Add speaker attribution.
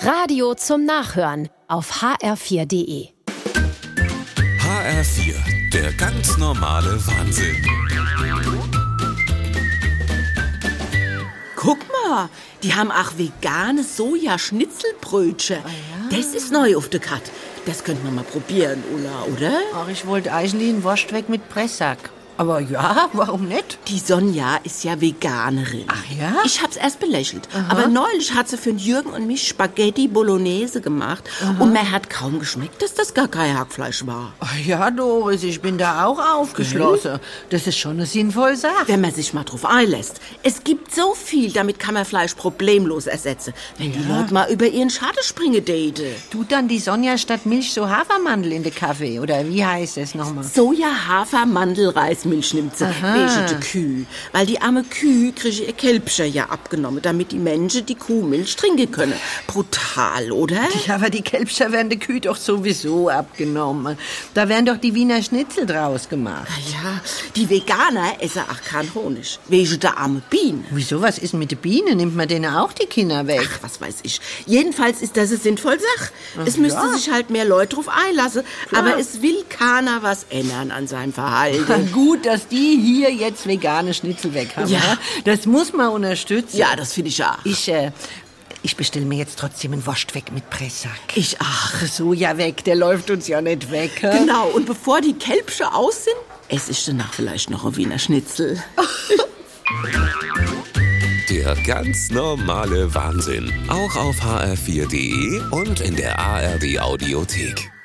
Speaker 1: Radio zum Nachhören auf hr4.de.
Speaker 2: HR4, der ganz normale Wahnsinn.
Speaker 3: Guck mal, die haben auch vegane Soja-Schnitzelbrötchen. Das ist neu auf der Karte. Das könnte man mal probieren, Ulla, oder?
Speaker 4: Ach, ich wollte eigentlich einen Wurstweg mit Pressack. Aber ja, warum nicht?
Speaker 3: Die Sonja ist ja Veganerin. Ach
Speaker 4: ja?
Speaker 3: Ich hab's erst belächelt. Aber neulich hat sie für den Jürgen und mich Spaghetti Bolognese gemacht. Und mir hat kaum geschmeckt, dass das gar kein Hackfleisch war.
Speaker 4: Ach ja, Doris, ich bin da auch aufgeschlossen. Das ist schon eine sinnvolle Sache.
Speaker 3: Wenn man sich mal drauf einlässt. Es gibt so viel, damit kann man Fleisch problemlos ersetzen. Wenn die Leute mal über ihren Schaden springen date.
Speaker 4: Tut dann die Sonja statt Milch so Hafermandel in den Kaffee? Oder wie heißt es nochmal?
Speaker 3: Soja, Hafer, Mandelreismilch nimmt sie. Welche die Kühe. Weil die arme Kühe kriege ihr Kälbscher ja abgenommen, damit die Menschen die Kuhmilch trinken können. Brutal, oder?
Speaker 4: Ja, aber die Kälbscher werden der Kühe doch sowieso abgenommen. Da werden doch die Wiener Schnitzel draus gemacht.
Speaker 3: Ja, die Veganer essen auch keinen Honig. Wegen der armen Bienen.
Speaker 4: Wieso, was ist mit den Bienen? Nimmt man denen auch die Kinder weg?
Speaker 3: Ach, was weiß ich. Jedenfalls ist das eine sinnvolle Sache. es müsste sich halt mehr Leute drauf einlassen. Aber es will keiner was ändern an seinem Verhalten.
Speaker 4: Gut, dass die hier jetzt vegane Schnitzel weg haben.
Speaker 3: Ja.
Speaker 4: Ja. Das muss man unterstützen.
Speaker 3: ja, das finde ich auch.
Speaker 4: Ich, äh, ich bestelle mir jetzt trotzdem einen Wurst weg mit Pressack.
Speaker 3: Ich auch.
Speaker 4: Ach, Soja weg, der läuft uns ja nicht weg. hä?
Speaker 3: Genau, und bevor die Kälbsche aus sind, esse ich danach vielleicht noch ein Wiener Schnitzel.
Speaker 2: Der ganz normale Wahnsinn. Auch auf hr4.de und in der ARD Audiothek.